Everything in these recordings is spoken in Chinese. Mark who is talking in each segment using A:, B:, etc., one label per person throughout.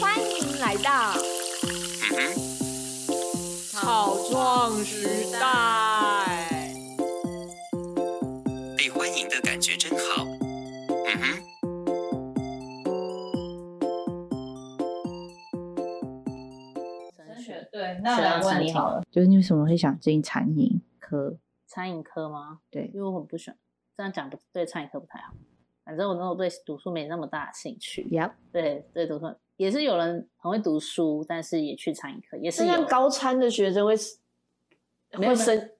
A: 欢迎来到草创时代。
B: 被欢迎的感觉真好。嗯哼，
C: 升学对，那我来问你好了，
D: 就是你为什么会想进啊餐饮科？
C: 餐饮科吗？
D: 对
C: 因为我很不喜欢这样讲不，对餐饮科不太好。反正我那时候对读书没那么大的兴趣，
D: 呀，
C: 对对读书也是有人很会读书，但是也去餐饮科，也是
E: 这
C: 有
E: 样
C: 人
E: 高参的学生会
C: 没有
E: 会生，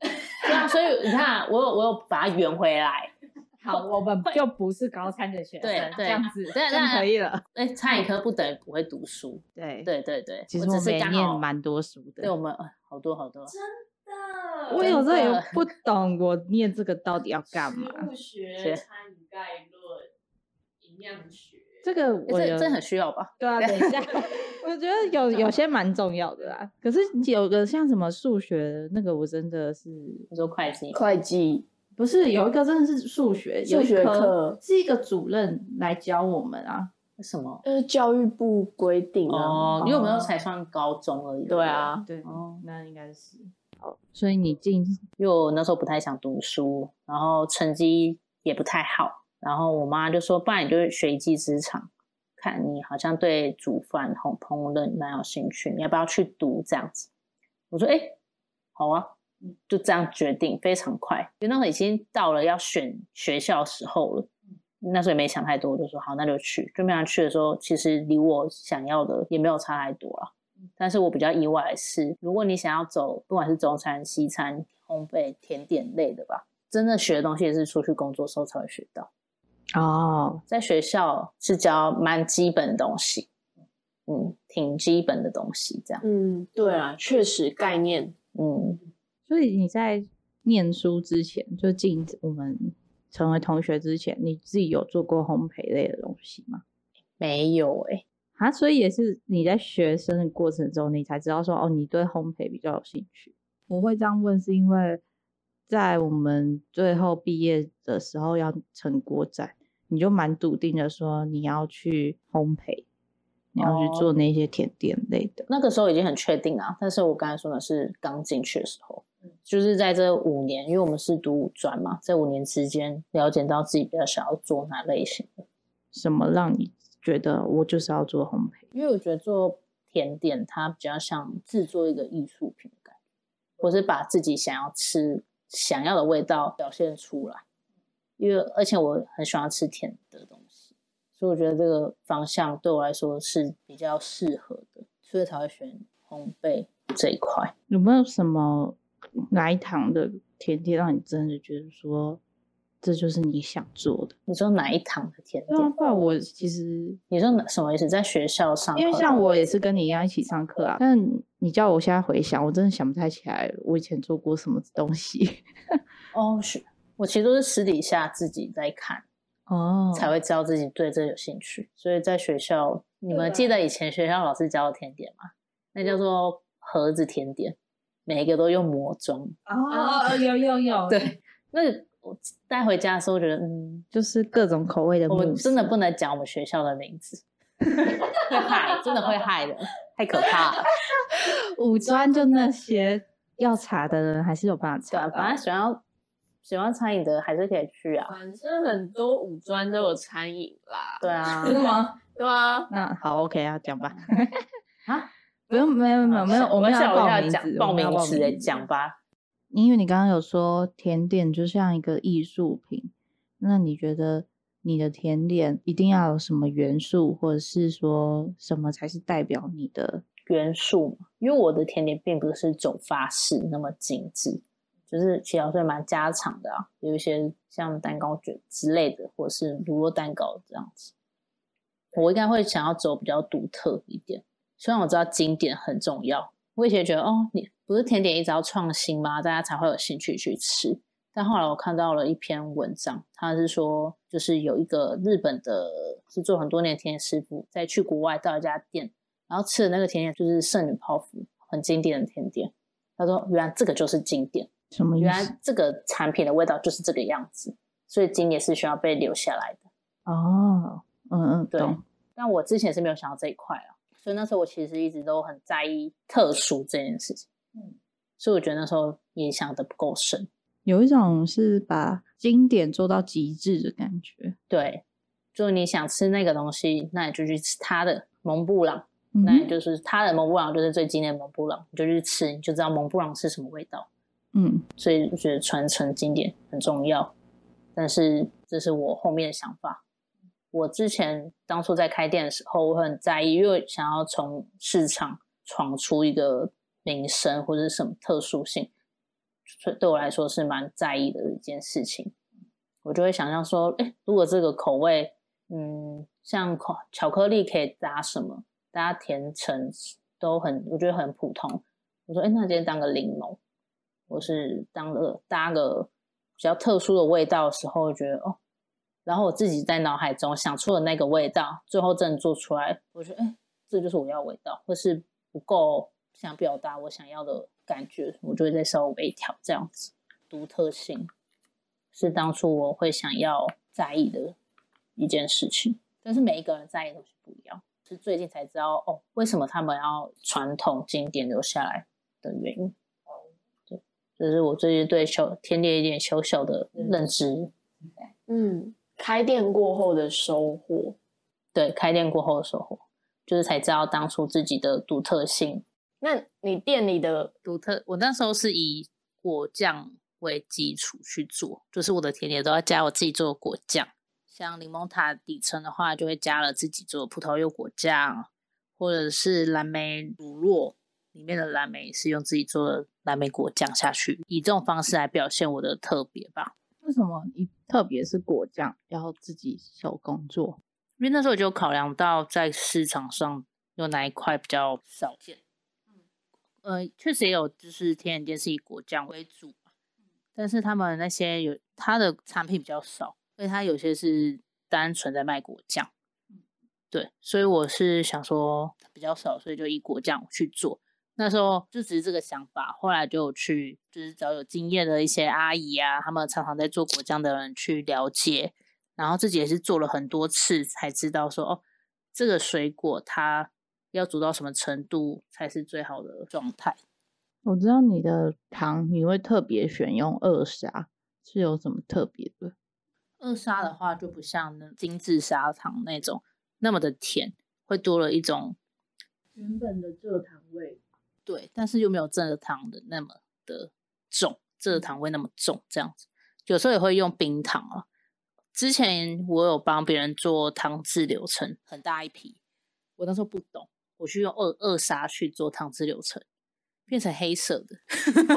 C: 对啊。所以你看，我有我有把它圆回来。
F: 好，我们就不是高参的学生，
C: 对啊对
F: 这样 子
C: 对
F: 就可以了。
C: 哎，餐饮科不等于不会读书，
D: 对，
C: 对对对。
D: 其实
C: 我
D: 我
C: 只是
D: 们也
C: 刚
D: 念
C: 好，
D: 蛮多书
C: 对我
D: 的。
C: 们呃好多好多。
D: 我有时候
C: 真的
D: 也不懂，我念这个到底要干嘛？
C: 学
E: 学、餐饮概论、营养学，
D: 这个我
C: 哎
D: 有
C: 这这很需要吧？
D: 对啊，等一下，我觉得有有些蛮重要的啦。可是有个像什么数学那个，我真的是
C: 你说会计，
E: 会计、
D: 不是有一个真的是数学，有一
E: 数学
D: 科
E: 课
D: 是一个主任来教我们啊。
C: 什么？
E: 呃，教育部规定啊，
C: 哦，因为我们那时候才上高中而已。
E: 对，啊，
D: 对，
C: 哦，
D: 那应该是。好，哦所以你进
C: 因为我那时候不太想读书，然后成绩也不太好，然后我妈就说：“不然你就学一技之长，看你好像对煮饭、烘烹饪蛮有兴趣，你要不要去读这样子？”我说：“哎、好啊。”就这样决定，非常快，因为那时候已经到了要选学校的时候了。那时候也没想太多，我就说好，那就去。就没想去的时候，其实离我想要的也没有差太多啊。但是我比较意外的是，如果你想要走，不管是中餐、西餐、烘焙、甜点类的吧，真的学的东西也是出去工作的时候才会学到。
D: 哦，
C: 在学校是教蛮基本的东西，嗯，挺基本的东西这样，
E: 嗯，对啊，确实概念，
C: 嗯，
D: 所以你在念书之前，就进我们成为同学之前，你自己有做过烘焙类的东西吗？
C: 没有哎、
D: 啊，所以也是你在学生的过程中，你才知道说哦，你对烘焙比较有兴趣。我会这样问，是因为在我们最后毕业的时候要成果展，你就蛮笃定的说你要去烘焙，你要去
C: 哦
D: 做那些甜点类的。
C: 那个时候已经很确定啊，但是我刚才说的是刚进去的时候，就是在这五年，因为我们是读五专嘛，在五年之间了解到自己比较想要做哪类型的，
D: 什么让你觉得我就是要做烘焙？
C: 因为我觉得做甜点它比较像制作一个艺术品的感觉，或是把自己想要吃、想要的味道表现出来。因为而且我很喜欢吃甜的东西，所以我觉得这个方向对我来说是比较适合的，所以才会选烘焙这一块。
D: 有没有什么哪一堂的甜点让你真的觉得说这就是你想做的？
C: 你说哪一堂的甜
D: 对啊，
C: 点？
D: 不然我其实
C: 你说哪什么意思？在学校上课的？
D: 因为像我也是跟你一样一起上课啊，但你叫我现在回想，我真的想不太起来我以前做过什么东西
C: 哦，是我其实都是私底下自己在看，
D: 哦
C: 才会知道自己对这有兴趣。所以在学校，你们记得以前学校老师教的甜点吗？那叫做盒子甜点，每一个都用魔装。
F: 哦，有有 有，
C: 对，那个我带回家的时候觉得，嗯，
D: 就是各种口味的
C: 我们
D: 慕斯
C: 真的不能讲我们学校的名 字，会害，真的会害的，太可怕了。
D: 五专就那些要查的人还是有办法
C: 对
D: 查
C: 啊，
D: 到
C: 反正喜欢喜欢餐饮的还是可以去啊。
E: 反正很多五专都有餐饮啦，
C: 对 啊，
F: 真的吗？
E: 对啊，
D: 那好，OK 啊，讲 吧。
C: 啊，
D: 不用，没有，没有，没有，我们
C: 想
D: 要
C: 我
D: 报
C: 要
D: 名
C: 讲
D: 字，
C: 报
D: 我们要
C: 名
D: 报
C: 词
D: 名
C: 的讲吧。
D: 因为你刚刚有说甜点就像一个艺术品，那你觉得你的甜点一定要有什么元素，或者是说什么才是代表你的？
C: 元素嘛，因为我的甜点并不是走法式那么精致，就是其实还是蛮家常的啊，有一些像蛋糕卷之类的，或者是乳酪蛋糕这样子。我应该会想要走比较独特一点，虽然我知道经典很重要，我以前觉得哦，你不是甜点一直要创新吗？大家才会有兴趣去吃。但后来我看到了一篇文章，他是说，就是有一个日本的是做很多年的甜点师傅，在去国外到一家店，然后吃的那个甜点就是圣女泡芙，很经典的甜点。他说，原来这个就是经典，
D: 什么意
C: 原
D: 思？
C: 来这个产品的味道就是这个样子，所以经典是需要被留下来的。
D: 哦，嗯嗯，
C: 对
D: 懂。
C: 但我之前是没有想到这一块啊，所以那时候我其实一直都很在意特殊这件事情。嗯，所以我觉得那时候也想的不够深。
D: 有一种是把经典做到极致的感觉。
C: 对，就你想吃那个东西，那你就去吃它的蒙布朗，
D: 嗯
C: 那
D: 哼
C: 也就是它的蒙布朗就是最经典的蒙布朗，你就去吃，你就知道蒙布朗是什么味道。
D: 嗯，
C: 所以我觉得传承经典很重要。但是这是我后面的想法。我之前当初在开店的时候，我很在意，因为想要从市场闯出一个名声或者是什么特殊性，所以对我来说是蛮在意的一件事情。我就会想象说，哎，如果这个口味，嗯，像口巧克力可以搭什么？大家甜橙都很，我觉得很普通。我说，哎，那今天当个柠檬，或是当个搭个比较特殊的味道的时候，觉得哦，然后我自己在脑海中想出了那个味道，最后真的做出来，我觉得，哎，这就是我要的味道，或是不够想表达我想要的感觉，我就会再稍微微调这样子，独特性。是当初我会想要在意的一件事情。但是每一个人在意的东西不一样，是最近才知道哦，为什么他们要传统经典留下来的原因。对，这是我最近对小天地一点小小的认知。
A: 嗯，开店过后的收获，
C: 对，开店过后的收获，就是才知道当初自己的独特性
A: 那你店里的
C: 独特。我那时候是以果酱为基础去做，就是我的甜点都要加我自己做的果酱。像柠檬塔底层的话，就会加了自己做的葡萄柚果酱，或者是蓝莓乳酪里面的蓝莓是用自己做的蓝莓果酱下去，以这种方式来表现我的特别吧。
D: 为什么你特别是果酱要自己手工做？
C: 因为那时候我就考量到在市场上有哪一块比较少见，呃，确实也有就是甜点店是以果酱为主嘛，但是他们那些有它的产品比较少，所以它有些是单纯在卖果酱，对，所以我是想说比较少，所以就以果酱去做。那时候就只是这个想法，后来就有去就是找有经验的一些阿姨啊，他们常常在做果酱的人去了解，然后自己也是做了很多次才知道说，哦，这个水果它要煮到什么程度才是最好的状态。
D: 我知道你的糖你会特别选用二砂，是有什么特别的？
C: 二砂的话就不像那精致砂糖那种那么的甜，会多了一种
D: 原本的蔗糖味，
C: 对，但是又没有蔗糖的那么的重，
D: 嗯
C: 蔗糖味那么重这样子。有时候也会用冰糖啊。之前我有帮别人做糖制流程，很大一批，我那时候不懂，我去用二二砂去做糖制流程，变成黑色的，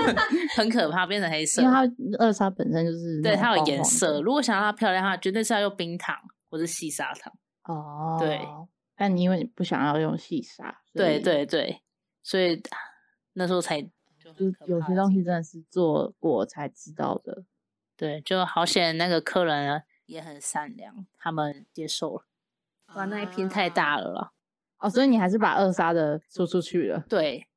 C: 很可怕，变成黑色
D: 因
C: 的。
D: 为它二砂本身就是
C: 对
D: 那种
C: 它有
D: 黄
C: 颜
D: 黄的
C: 色，如果想让它漂亮的话，绝对是要用冰糖或是细砂糖。
D: 哦。
C: 对，
D: 但你因为你不想要用细砂，所
C: 对
D: 以
C: 对对，所以那时候才就
D: 就
C: 很
D: 是
C: 可
D: 有
C: 怕
D: 些
C: 的
D: 东
C: 经
D: 西真的是做过才知道的。
C: 对，就好险那个客人啊也很善良，他们接受了。哇，那一瓶太大了啦。
D: 哦，所以你还是把二砂的输出去了
C: 对，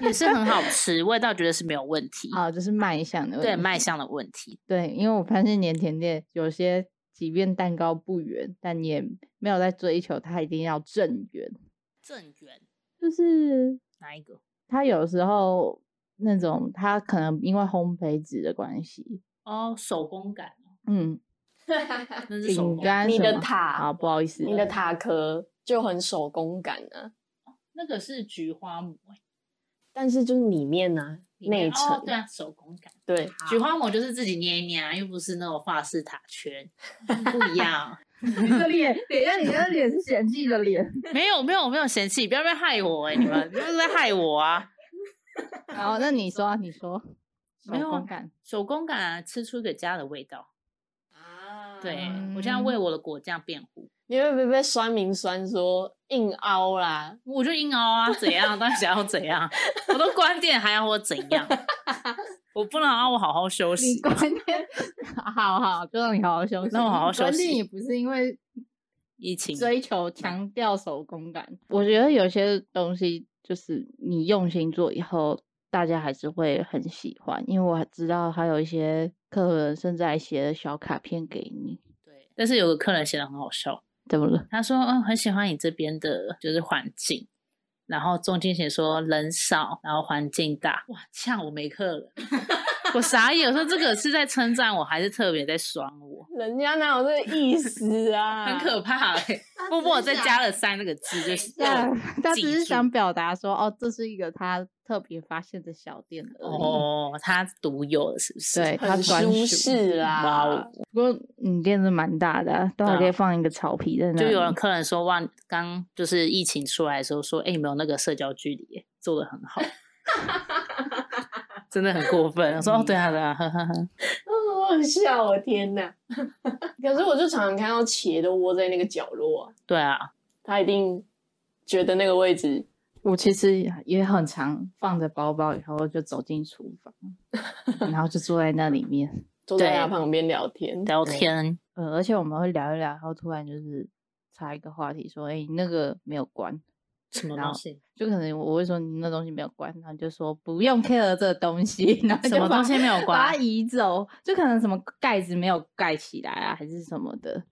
C: 也是 很好吃，味道绝对是没有问题。
D: 啊，就是卖相的问
C: 对，
D: 题
C: 卖相的问题。
D: 对，因为我发现连甜点有些，即便蛋糕不圆，但你也没有在追求它一定要正圆，
C: 正圆
D: 就是
C: 哪一个？
D: 它有时候那种它可能因为烘焙纸的关系，
C: 哦，手工感，
D: 嗯，
C: 那是手
D: 饼
C: 工。
D: 干
A: 你
D: 什
A: 的
D: 么
A: 塔
D: 啊，不好意思，
A: 你的 塔壳就很手工感啊，
C: 那个是菊花膜欸，
A: 但是就是里面呢、
C: 里面
A: 内层、
C: 哦对啊，手工感。
A: 对
C: 菊花膜就是自己捏一捏啊，又不是那种法式塔圈，不一 样。
D: 你的脸，等一下，你的脸是嫌弃的 脸，
C: 没有没有没有嫌弃，不要被害我哎、你们不要在害我啊！
D: 然后那你说啊，你说，手
C: 没有啊
D: 工感，
C: 手工感、啊、吃出给家的味道。
A: 啊
C: 对、我这样为
D: 嗯
C: 我的果酱辩护，
A: 你会不会被酸民酸说硬凹啦？
C: 我就硬凹啊，怎样？到底想要怎样？我都关店还要我怎 样？我不能让我好好休
D: 你
C: 息。
D: 关键，好好，就让你好好休息，
C: 让我好好休
D: 关键
C: 息
D: 也不是因为
C: 疫情
D: 追求强调手工感。我觉得有些东西就是你用心做以后，大家还是会很喜欢，因为我知道还有一些客人甚至还写了小卡片给你。
C: 对，但是有个客人写的很好笑，
D: 怎么了？
C: 他说：“嗯，很喜欢你这边的，就是环境。”然后中间写说人少，然后环境大。哇，呛我没课了，我傻眼。我说这个是在称赞我，还是特别在酸我？
A: 人家哪有这个意思啊？
C: 很可怕、欸。默默再加了三那个字，就是
D: 他他
C: 记
D: 只是
C: 住
D: 想表达说，哦，这是一个他特别发现的小店而已。
C: 哦，他独有的是不是？
D: 对，他
A: 很
D: 专
A: 舒
D: 属
A: 适啦。
C: 哇哦
D: 不过你店是蛮大的啊，都还可
C: 对啊
D: 以放一个草皮在那里。
C: 就有人客人说，哇，刚就是疫情出来的时候说，哎、你没有那个社交距离耶，做的很好，真的很过分。我说哦，对啊，对啊，呵呵呵，
A: 嗯，好笑，我天 哪！可是我就常常看到茄都窝在那个角落啊，
C: 对啊，
A: 他一定觉得那个位置
D: 我其实也很常放着包包，以后就走进厨 房，然后就坐在那里面。
A: 坐在
C: 对
A: 他旁边聊天，
C: 聊天，
D: 呃，而且我们会聊一聊，然后突然就是插一个话题，说：“哎、你那个没有关。
C: 什么
D: 然
C: 东
D: 后
C: 西？”
D: 就可能我会说：“你那东西没有关。”然后就说：“不用 care 这东西。”然后
C: 什
D: 就
C: 么
D: 把
C: 东西没有
D: 把
C: 关
D: 它？移走，就可能什么盖子没有盖起来啊，还是什么的。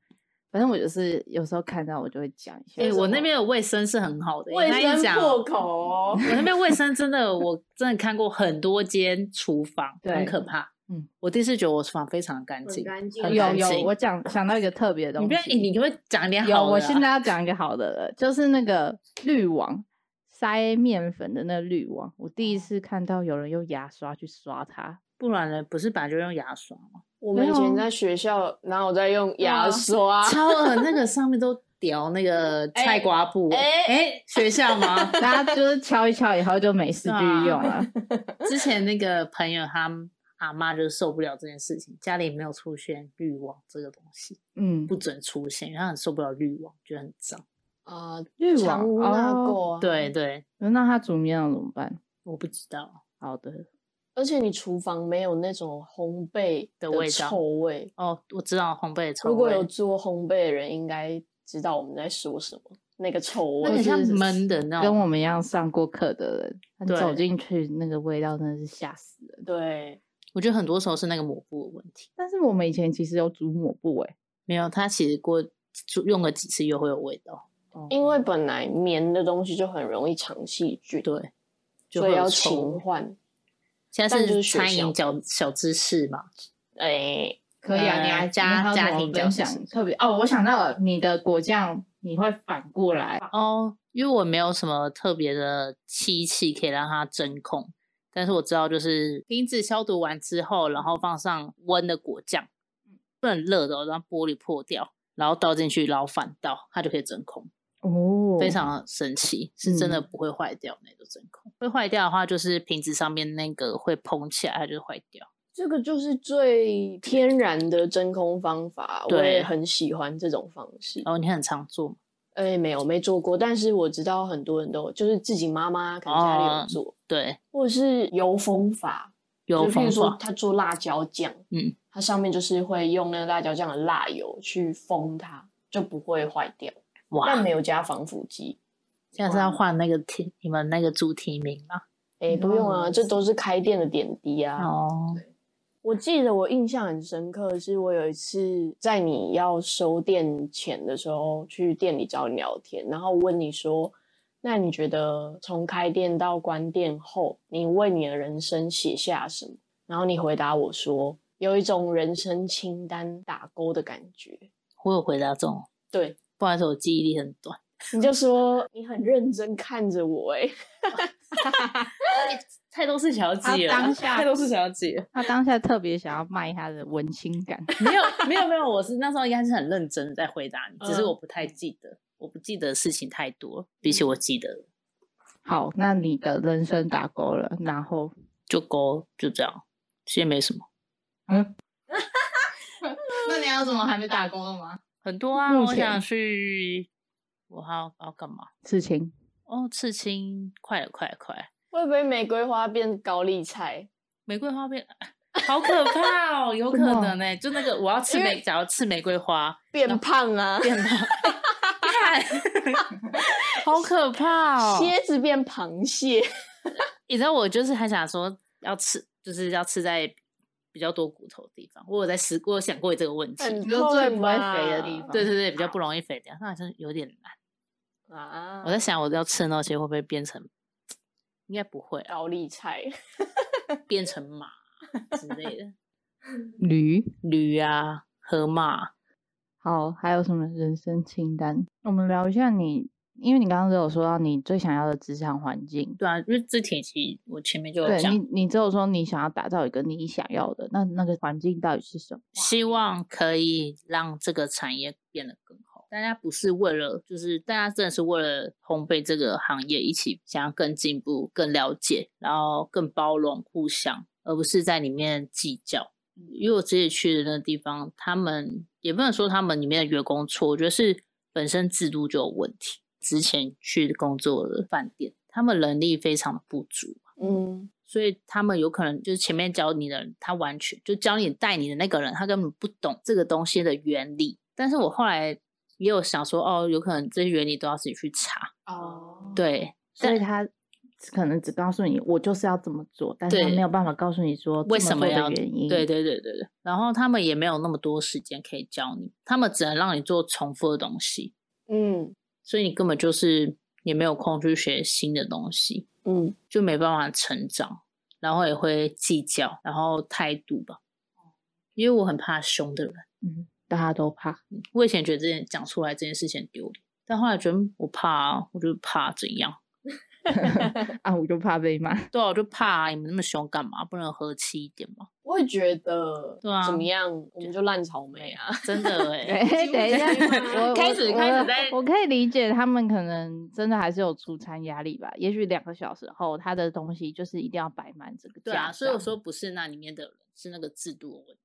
D: 反正我就是有时候看到我就会讲一下。哦
C: 哎、我那边的卫生是很好的、
A: 卫
C: 我跟你
A: 生
C: 讲
A: 破口，哦
C: 我那边卫生真的，我真的看过很多间厨房，很
D: 对
C: 可怕。
D: 嗯，
C: 我第一次觉得我厨房非常干净，
E: 干净
C: 很
D: 有
C: 干
D: 有，
C: 净
D: 我讲想到一个特别的
C: 你
D: 东西。
C: 不要，欸你可不可以讲一点好的啊、
D: 有，我现在要讲一个好的了，就是那个滤网塞面粉的那个滤网，我第
C: 哦
D: 一次看到有人用牙刷去刷它。？
C: 不然呢？不是本来就用牙刷吗？
A: 我们以前在学校，然后我在用牙刷，
C: 超恶，那个上面都掉那个菜瓜布，哎、
A: 哎
C: 学校吗
D: 大家就是敲一敲以后就没事继续用了。
C: 之前那个朋友他们阿妈就受不了这件事情，家里没有出现滤网这个东西，
D: 嗯
C: 不，准出现，因为他很受不了滤网，觉得很脏。
A: 啊，
D: 滤网
A: 藏污纳
D: 哦，
A: 垢啊。
C: 对，对，
D: 那它煮面了怎么办？
C: 我不知道
D: 好的，
A: 而且你厨房没有那种烘焙
C: 的味道
A: 臭味。
C: 哦，我知道烘焙的臭味，
A: 如果有做烘焙的人，应该知道我们在说什么，那个臭
C: 那
A: 味。
C: 很像闷的那
D: 跟
C: 种，
D: 我们一样上过课的人，他
C: 对
D: 走进去那个味道真的是吓死人。
A: 对，
C: 我觉得很多时候是那个抹布的问题。
D: 但是我们以前其实有煮抹布欸诶、
C: 没有，它其实过用了几次又会有味道，
A: 因为本来棉的东西就很容易藏细菌，
C: 对，就
A: 所
C: 会
A: 以
C: 有
A: 要
C: 臭
A: 勤
C: 味。
A: 换。
C: 现在
A: 但就
C: 是
A: 是学
C: 餐
A: 校
C: 饮小小知识嘛，
A: 哎、
D: 可以啊，你
C: 呃
D: 还
C: 家
D: 你还有
C: 家
D: 什么
C: 庭角
D: 分享
C: 色
D: 特别哦，我想到了，你的果酱你会反过来放
C: 哦，因为我没有什么特别的漆器可以让它真空，但是我知道就是冰子消毒完之后，然后放上温的果酱，
A: 嗯
C: 不能热的、哦，让玻璃破掉，然后倒进去，然后反倒，它就可以真空，
D: 哦
C: 非常神奇，是真
A: 嗯
C: 的不会坏掉那种真空。会坏掉的话，就是瓶子上面那个会膨起来，它就坏掉。
A: 这个就是最天然的真空方法，我
C: 对哦
A: 也很喜欢这种方式。
C: 然后你很常做吗？
A: 哎、没有没做过，但是我知道很多人都有就是自己妈妈可能家里
C: 哦
A: 有做，
C: 对，
A: 或者是油封法，
C: 有
A: 就譬
C: 风
A: 如说
C: 化，
A: 他做辣椒酱，
C: 嗯，
A: 它上面就是会用那个辣椒酱的辣油去封它，就不会坏掉，但
C: 哇！
A: 没有加防腐剂。
C: 下次要换那个题，你们那个主题名吗？
A: 哎、不用啊，这都是开店的点滴啊。
C: 嗯哦，
A: 我记得我印象很深刻，是我有一次在你要收店钱的时候，去店里找你聊天，然后问你说：“那你觉得从开店到关店后，你为你的人生写下什么？”然后你回答我说：“有一种人生清单打勾的感觉。
C: 我有回答这种，”
A: 对，
C: 不好意思，我记忆力很短。
A: 你就说你很认真看着我、欸，哎，
C: 太多事情要记了，
D: 他当下
C: 太多事情要记了。
D: 他当下特别想要卖他的文青感，
C: 没有，没有，没有，我是那时候应该是很认真的在回答你，只是
A: 嗯
C: 我不太记得，我不记得的事情太多，比起我记得的
D: 好，那你的人生打勾了，然后
C: 就勾就这样，其实也没什么。
D: 那你还有什么还没打勾的吗？
C: 很多啊，
D: 目
C: 我想
D: 前
C: 去，我还要要干嘛？
D: 事情
C: 哦，刺青，快了，快了，快了！
A: 会不会玫瑰花变高丽菜？
C: 玫瑰花变，好可怕哦，有可
D: 真的哦
C: 能呢、就那个我要刺
A: 因为
C: 玫，假如刺玫瑰 花，
A: 变胖啊，
C: 变胖，看好可怕哦！
A: 蝎子变 螃蟹。
C: 你知道我就是还想说要吃，就是要吃在比较多骨头的地方。我有在思，我有想过这个问题。
A: 很
D: 你说最不会肥的地方，
C: 对对对，比
D: 啊
C: 较不容易肥掉，那好像有点难。
A: 啊
C: 我在想，我要吃那些会不会变成？应该不会啊，
A: 高 丽菜，
C: 变成马之类的，
D: 驴。
C: 驴啊、河马，
D: 好，还有什么人生清单？我们聊一下你，因为你刚刚都有说到你最想要的职场环境，
C: 对啊，因为这题其实我前面就有
D: 对
C: 讲
D: 你，你只有说你想要打造一个你想要的，那那个环境到底是什么？
C: 希望可以让这个产业变得更好。大家不是为了，就是大家真的是为了烘焙这个行业一起想要更进步、更了解，然后更包容互相，而不是在里面计较。因为我自己去的那个地方，他们也不能说他们里面的员工错，我觉得是本身制度就有问题。之前去工作的饭店，他们人力非常的不足，
A: 嗯，
C: 所以他们有可能就是前面教你的人，他完全就教你带你的那个人，他根本不懂这个东西的原理。但是我后来也有想说，哦，有可能这些原理都要自己去查。
A: 哦，
C: 对，
D: 所
C: 但
D: 以他可能只告诉你我就是要这么做，但是他
C: 对
D: 没有办法告诉你说这
C: 为什么
D: 么做
C: 要
D: 的原因。
C: 对对对对对。然后他们也没有那么多时间可以教你，他们只能让你做重复的东西，
A: 嗯
C: 所以你根本就是也没有空去学新的东西。
A: 嗯，
C: 就没办法成长，然后也会计较，然后态度吧。因为我很怕凶的人，
D: 嗯，大家都怕。
C: 我以前觉得这件讲出来这件事情很丢脸，但后来觉得嗯我怕、啊，我就怕怎样？
D: 啊，我就怕被骂。
C: 对啊，我就怕、啊、你们那么凶干嘛？不能和气一点吗？
A: 我也觉得，
C: 对啊
A: 怎么样，我们就烂草莓啊，
C: 真的 哎、
D: 哎、等一下，我
C: 开
D: 我
C: 始
D: 我
C: 开始在
D: 我可以理解他们可能真的还是有出餐压力吧。也许两个小时后，他的东西就是一定要摆满这个
C: 对啊，
D: 架
C: 所以我
D: 上
C: 说不是那里面的人，是那个制度的问题。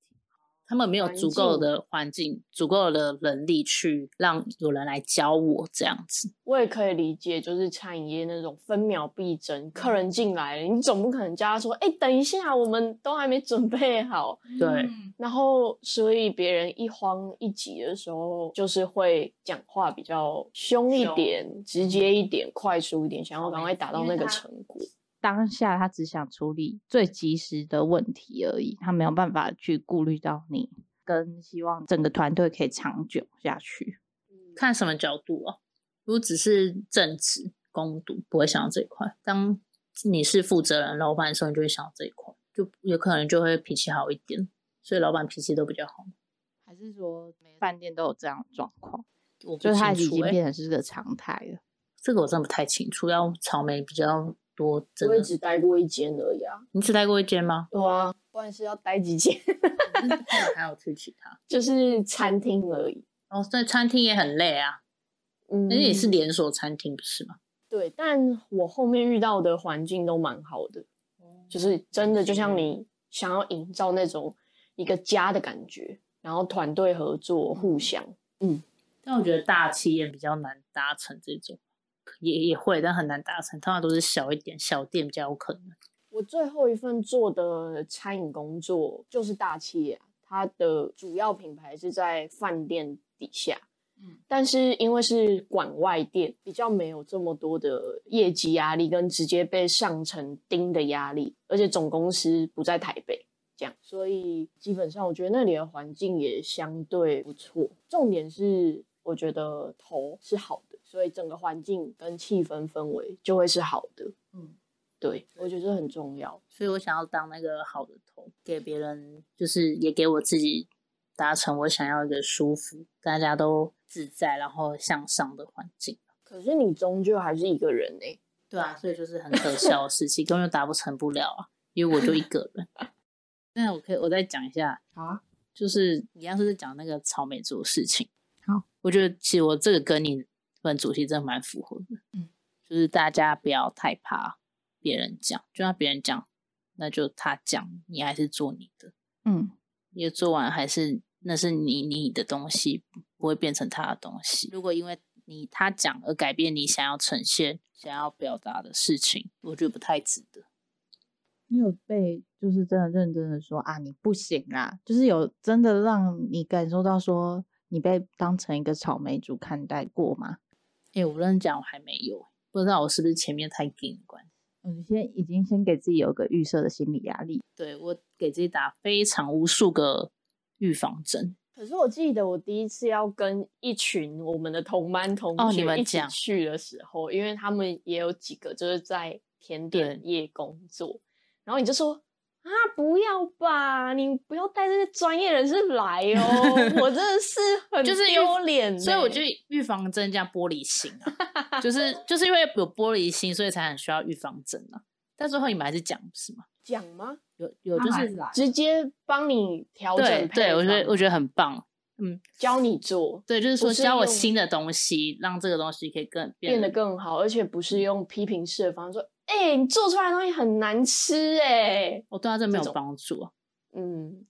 C: 他们没有
A: 环
C: 足够
A: 境
C: 的环境、足够的人力去让有人来教我这样子。
A: 我也可以理解，就是餐饮业那种分秒必争，客
F: 嗯
A: 人进来了，你总不可能叫他说，哎、等一下，我们都还没准备好，
C: 对
F: 嗯
A: 然后所以别人一慌一急的时候，就是会讲话比较凶一
F: 凶哦
A: 点、直接一点、快速一点，想要赶快达到
F: 因
A: 那
F: 为
A: 个
F: 他
A: 成果。
D: 当下他只想处理最及时的问题而已，他没有办法去顾虑到你，跟希望整个团队可以长久下去。
C: 看什么角度啊？如果只是正职攻读，不会想到这一块；当你是负责人、老板的时候，你就会想到这一块，就有可能就会脾气好一点。所以老板脾气都比较好。
D: 还是说饭店都有这样的状况，
C: 我不
D: 就是它已
C: 清楚
D: 经
C: 欸
D: 变成是个常态了。
C: 这个我真的不太清楚，要草莓比较多。真
A: 我
C: 的
A: 也，只待过一间而已啊，
C: 你只待过一间 吗？
A: 对啊，不然是要待几间，
C: 那还有去其他
A: 就是餐厅而已。
C: 哦，所以餐厅也很累啊，
A: 嗯，
C: 而且也是连锁餐厅不是吗？
A: 对，但我后面遇到的环境都蛮好的，嗯就是真的就像你想要营造那种一个家的感觉，然后团队合作，互相。
C: 但我觉得大企业比较难达成这种，也也会，但很难达成，通常都是小一点小店比较有可能。
A: 我最后一份做的餐饮工作就是大企业啊，它的主要品牌是在饭店底下。
F: 嗯
A: 但是因为是管外店，比较没有这么多的业绩压力跟直接被上层盯的压力，而且总公司不在台北，这样，所以基本上我觉得那里的环境也相对不错。重点是我觉得头是好的，所以整个环境跟气氛氛围就会是好的。
F: 嗯，
A: 对，我觉得这很重要。
C: 所以我想要当那个好的头，给别人，就是也给我自己达成我想要一个舒服、大家都自在，然后向上的环境。
A: 可是你终究还是一个人欸呢、
C: 对啊，所以就是很可笑的事情， 根本就达不成不了啊，因为我就一个人。那我可以我再讲一下，
F: 好啊，
C: 就是一样是在讲那个草莓族的事情。
D: 好，
C: 我觉得其实我这个跟你本主题真的蛮符合的。
F: 嗯，
C: 就是大家不要太怕别人讲，就算别人讲，那就他讲，你还是做你的。
D: 嗯，
C: 也做完还是那是你你的东西，不会变成他的东西。如果因为你他讲而改变你想要呈现、想要表达的事情，我觉得不太值得。
D: 你有被就是真的认真的说啊，你不行啦，就是有真的让你感受到说你被当成一个草莓族看待过吗？
C: 哎、我认真讲，我还没有，不知道我是不是前面太硬的关系。
D: 嗯，你先已经先给自己有个预设的心理压力，
C: 对我给自己打非常无数个预防针。
A: 可是我记得我第一次要跟一群我们的同班同
C: 哦你
A: 学
C: 们
A: 一起
C: 讲
A: 去的时候，因为他们也有几个就是在甜
C: 嗯
A: 点业工作，然后你就说啊，不要吧，你不要带这些专业人士来哦， 我真的是很
C: 就是因为
A: 丢脸欸、
C: 所以我就预防针加玻璃心 啊，就是就是因为有玻璃心，所以才很需要预防针啊。但最后你们还是讲是吗？
A: 讲吗？
C: 有有
A: 啊
C: 就是
F: 来
A: 直接帮你调整
C: 对对，我
A: 配
C: 觉得
A: 方
C: 我觉得很棒。嗯，
A: 教你做。
C: 对，就是
A: 不
C: 说
A: 是
C: 教我
A: 用
C: 新的东西，让这个东西可以更
A: 变得
C: 得
A: 更好，而且不是用批评式的方式说，哎、你做出来的东西很难吃、哎，
C: 我对他这没
A: 这
C: 有
A: 种
C: 帮助啊。
A: 嗯，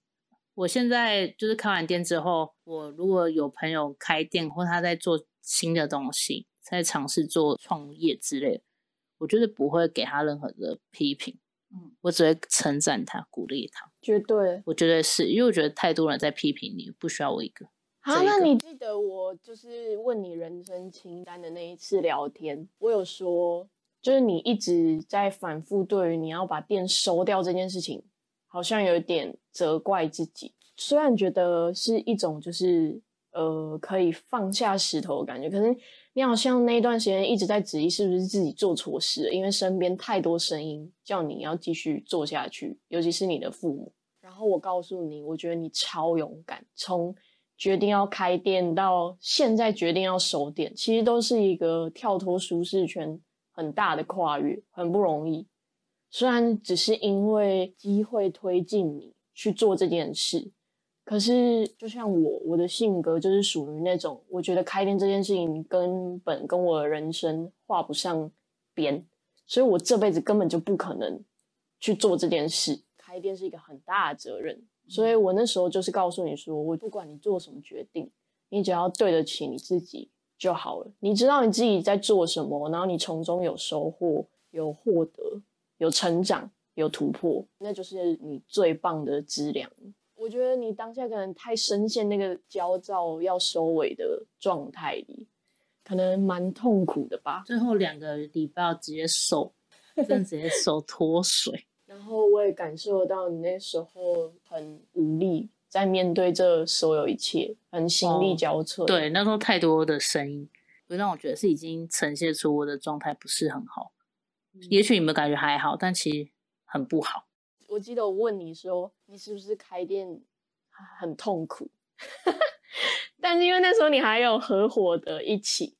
C: 我现在就是开完店之后，我如果有朋友开店或他在做新的东西，在尝试做创业之类的，我就是不会给他任何的批评，嗯，我只会称赞他、鼓励他。
A: 绝对。
C: 我觉得是因为我觉得太多人在批评你，不需要我一个。
A: 好，
C: 这一
A: 那
C: 个
A: 你记得我就是问你人生清单的那一次聊天，我有说，就是你一直在反复对于你要把店收掉这件事情，好像有一点责怪自己。虽然觉得是一种就是呃可以放下石头的感觉，可是你好像那一段时间一直在质疑是不是自己做错事了，因为身边太多声音叫你要继续做下去，尤其是你的父母。然后我告诉你，我觉得你超勇敢，从决定要开店到现在决定要收店，其实都是一个跳脱舒适圈很大的跨越，很不容易。虽然只是因为机会推进你去做这件事，可是就像我，我的性格就是属于那种，我觉得开店这件事情根本跟我的人生画不上边，所以我这辈子根本就不可能去做这件事。开店是一个很大的责任，所以我那时候就是告诉你说，我不管你做什么决定，你只要对得起你自己就好了。你知道你自己在做什么，然后你从中有收获、有获得、有成长、有突破，那就是你最棒的资粮。我觉得你当下可能太深陷那个焦躁要收尾的状态里，可能蛮痛苦的吧。
C: 最后两个礼拜我直接手，真的直接手脱水。
A: 然后我也感受到你那时候很无力，在面对这所有一切，很心力
C: 哦
A: 交瘁。
C: 对，那时候太多的声音，就让我觉得是已经呈现出我的状态不是很好。
A: 嗯
C: 也许你们感觉还好，但其实很不好。
A: 我记得我问你说，你是不是开店很痛苦？ 但是因为那时候你还有合伙的一起，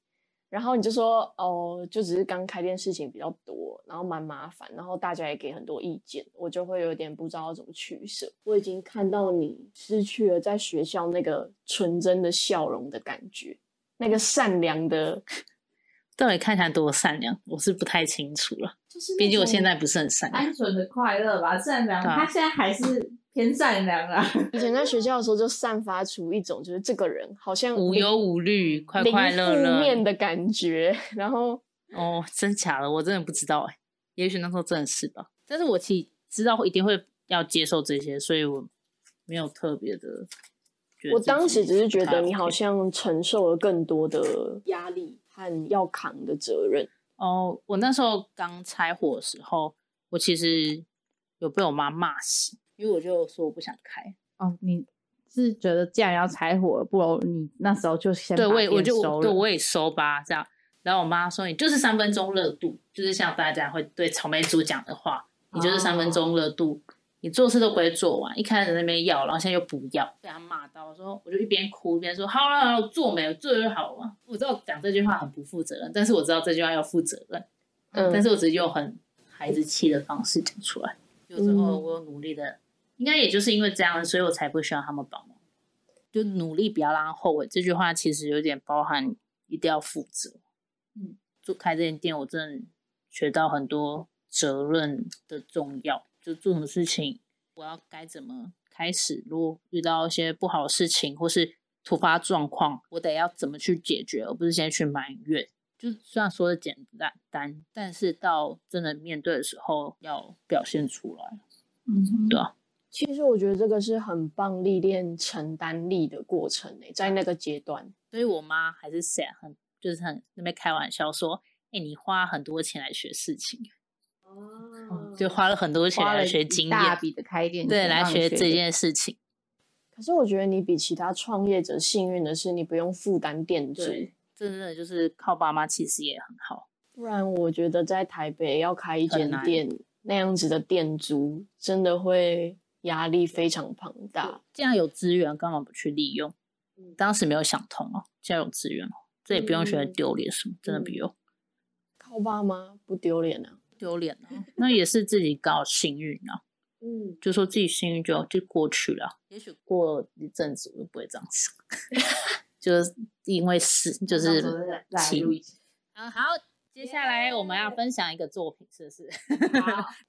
A: 然后你就说哦，就只是刚开店事情比较多，然后蛮麻烦，然后大家也给很多意见，我就会有点不知道怎么取舍。我已经看到你失去了在学校那个纯真的笑容的感觉，那个善良的，
C: 到底看起来多善良，我是不太清楚了。
F: 就是那
C: 毕竟我
F: 种
C: 现在不是很善良。
F: 单纯的快乐吧，善良，
C: 对啊
F: 他现在还是偏善良啊啦。
A: 以前在学校的时候就散发出一种就是这个人好像
C: 无
A: 没
C: 忧无虑，快快乐
A: 零负嗯面
C: 乐。
A: 的感觉，然后
C: 哦，真假的，我真的不知道哎、也许那时候真的是吧。但是我其实知道一定会要接受这些，所以我没有特别的觉得
A: 我
C: 自己
A: 当时只是觉
C: 不太
A: 得你好
C: OK
A: 像承受了更多的压力和要扛的责任，
C: 哦，我那时候刚拆伙的时候，我其实有被我妈骂死，因为我就说我不想开。
D: 哦，你是觉得既然要拆伙了，不如你那时候就先
C: 对，
D: 把
C: 我也我
D: 店
C: 就
D: 收
C: 对
D: 了
C: 我也收吧，这样。然后我妈说你就是三分钟热度，就是像大家会对草莓族讲的话，你就是三分钟热度，你做事都不会做完，一开始那边要，然后现在又不要，被她骂到，我说我就一边哭一边说好了好了，我做没有做就好了。我知道讲这句话很不负责任，但是我知道这句话要负责任。
A: 嗯，
C: 但是我只是用很孩子气的方式讲出来。有时候
A: 嗯
C: 我有努力的，应该也就是因为这样，所以我才不需要他们帮忙。就努力不要让他后悔，这句话其实有点包含一定要负责。嗯，做开这间店，我真的学到很多责任的重要。就做什么事情，我要该怎么开始？如果遇到一些不好的事情或是突发状况，我得要怎么去解决，而不是先去埋怨。就是虽然说的简单单，但是到真的面对的时候要表现出来。
F: 嗯
C: 对啊，
A: 其实我觉得这个是很棒历练承担力的过程诶、在那个阶段，
C: 所以我妈还是谁啊很就是很那边开玩笑说：“哎、你花很多钱来学事情。
A: 哦
C: 就花了很多钱
D: 花了
C: 来
D: 一
C: 学经
D: 大
C: 验，
D: 笔的开店
C: 对，
D: 钱
C: 来
D: 让你
C: 学
D: 学
C: 这
D: 一
C: 件事情。
A: 可是我觉得你比其他创业者幸运的是，你不用负担店租。
C: 对，这真的就是靠爸妈，其实也很好。
A: 不然我觉得在台北要开一
C: 很
A: 间
C: 难
A: 店，那样子的店租真的会压力非常庞大。
C: 既然有资源，干嘛不去利用？
D: 嗯
C: 当时没有想通哦，既然有资源哦，这也不用觉得
A: 嗯
C: 丢脸什么，真的不
A: 嗯
C: 用
A: 靠爸妈不丢脸啊。
C: 丢脸啊。那也是自己搞幸运啊。
A: 嗯，
C: 就说自己幸运就就过去了。也许过一阵子我就不会这样想， 就是因为是就是
F: 到时候再来
C: 起
F: 录一集
C: 嗯好，接下来我们要分享一个作品，是不 是？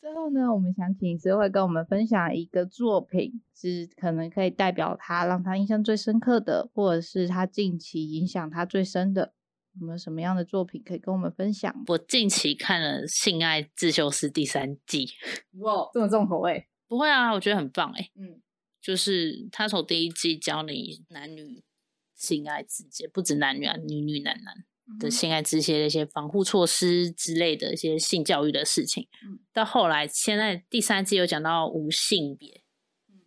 D: 最后呢，我们想请思慧跟我们分享一个作品，是可能可以代表他，让他印象最深刻的，或者是他近期影响他最深的，有没有什么样的作品可以跟我们分享？
C: 我近期看了《性爱自修室》第三季，
D: 哇，这么重口味，
C: 不会啊，我觉得很棒哎、
D: 嗯，
C: 就是他从第一季教你男女性爱之间，不止男女啊，女女男男
D: 嗯
C: 的性爱之间的一些防护措施之类的一些性教育的事情。
D: 嗯
C: 到后来，现在第三季有讲到无性别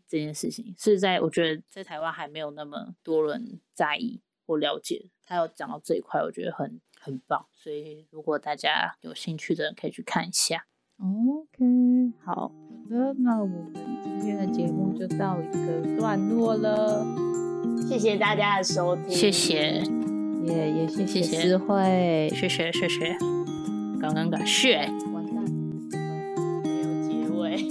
C: 这件事情，是在我觉得在台湾还没有那么多人在意或了解。他有讲到这一块，我觉得很很棒，所以如果大家有兴趣的人可以去看一下。
D: OK，好的，那我们今天的节目就到一个段落了，
A: 谢谢大家的收听，
C: 谢谢，
D: 也也谢
C: 谢谢
D: 思慧，
C: 谢谢，谢谢，感恩感谢。
D: 完蛋。
A: 没有结尾。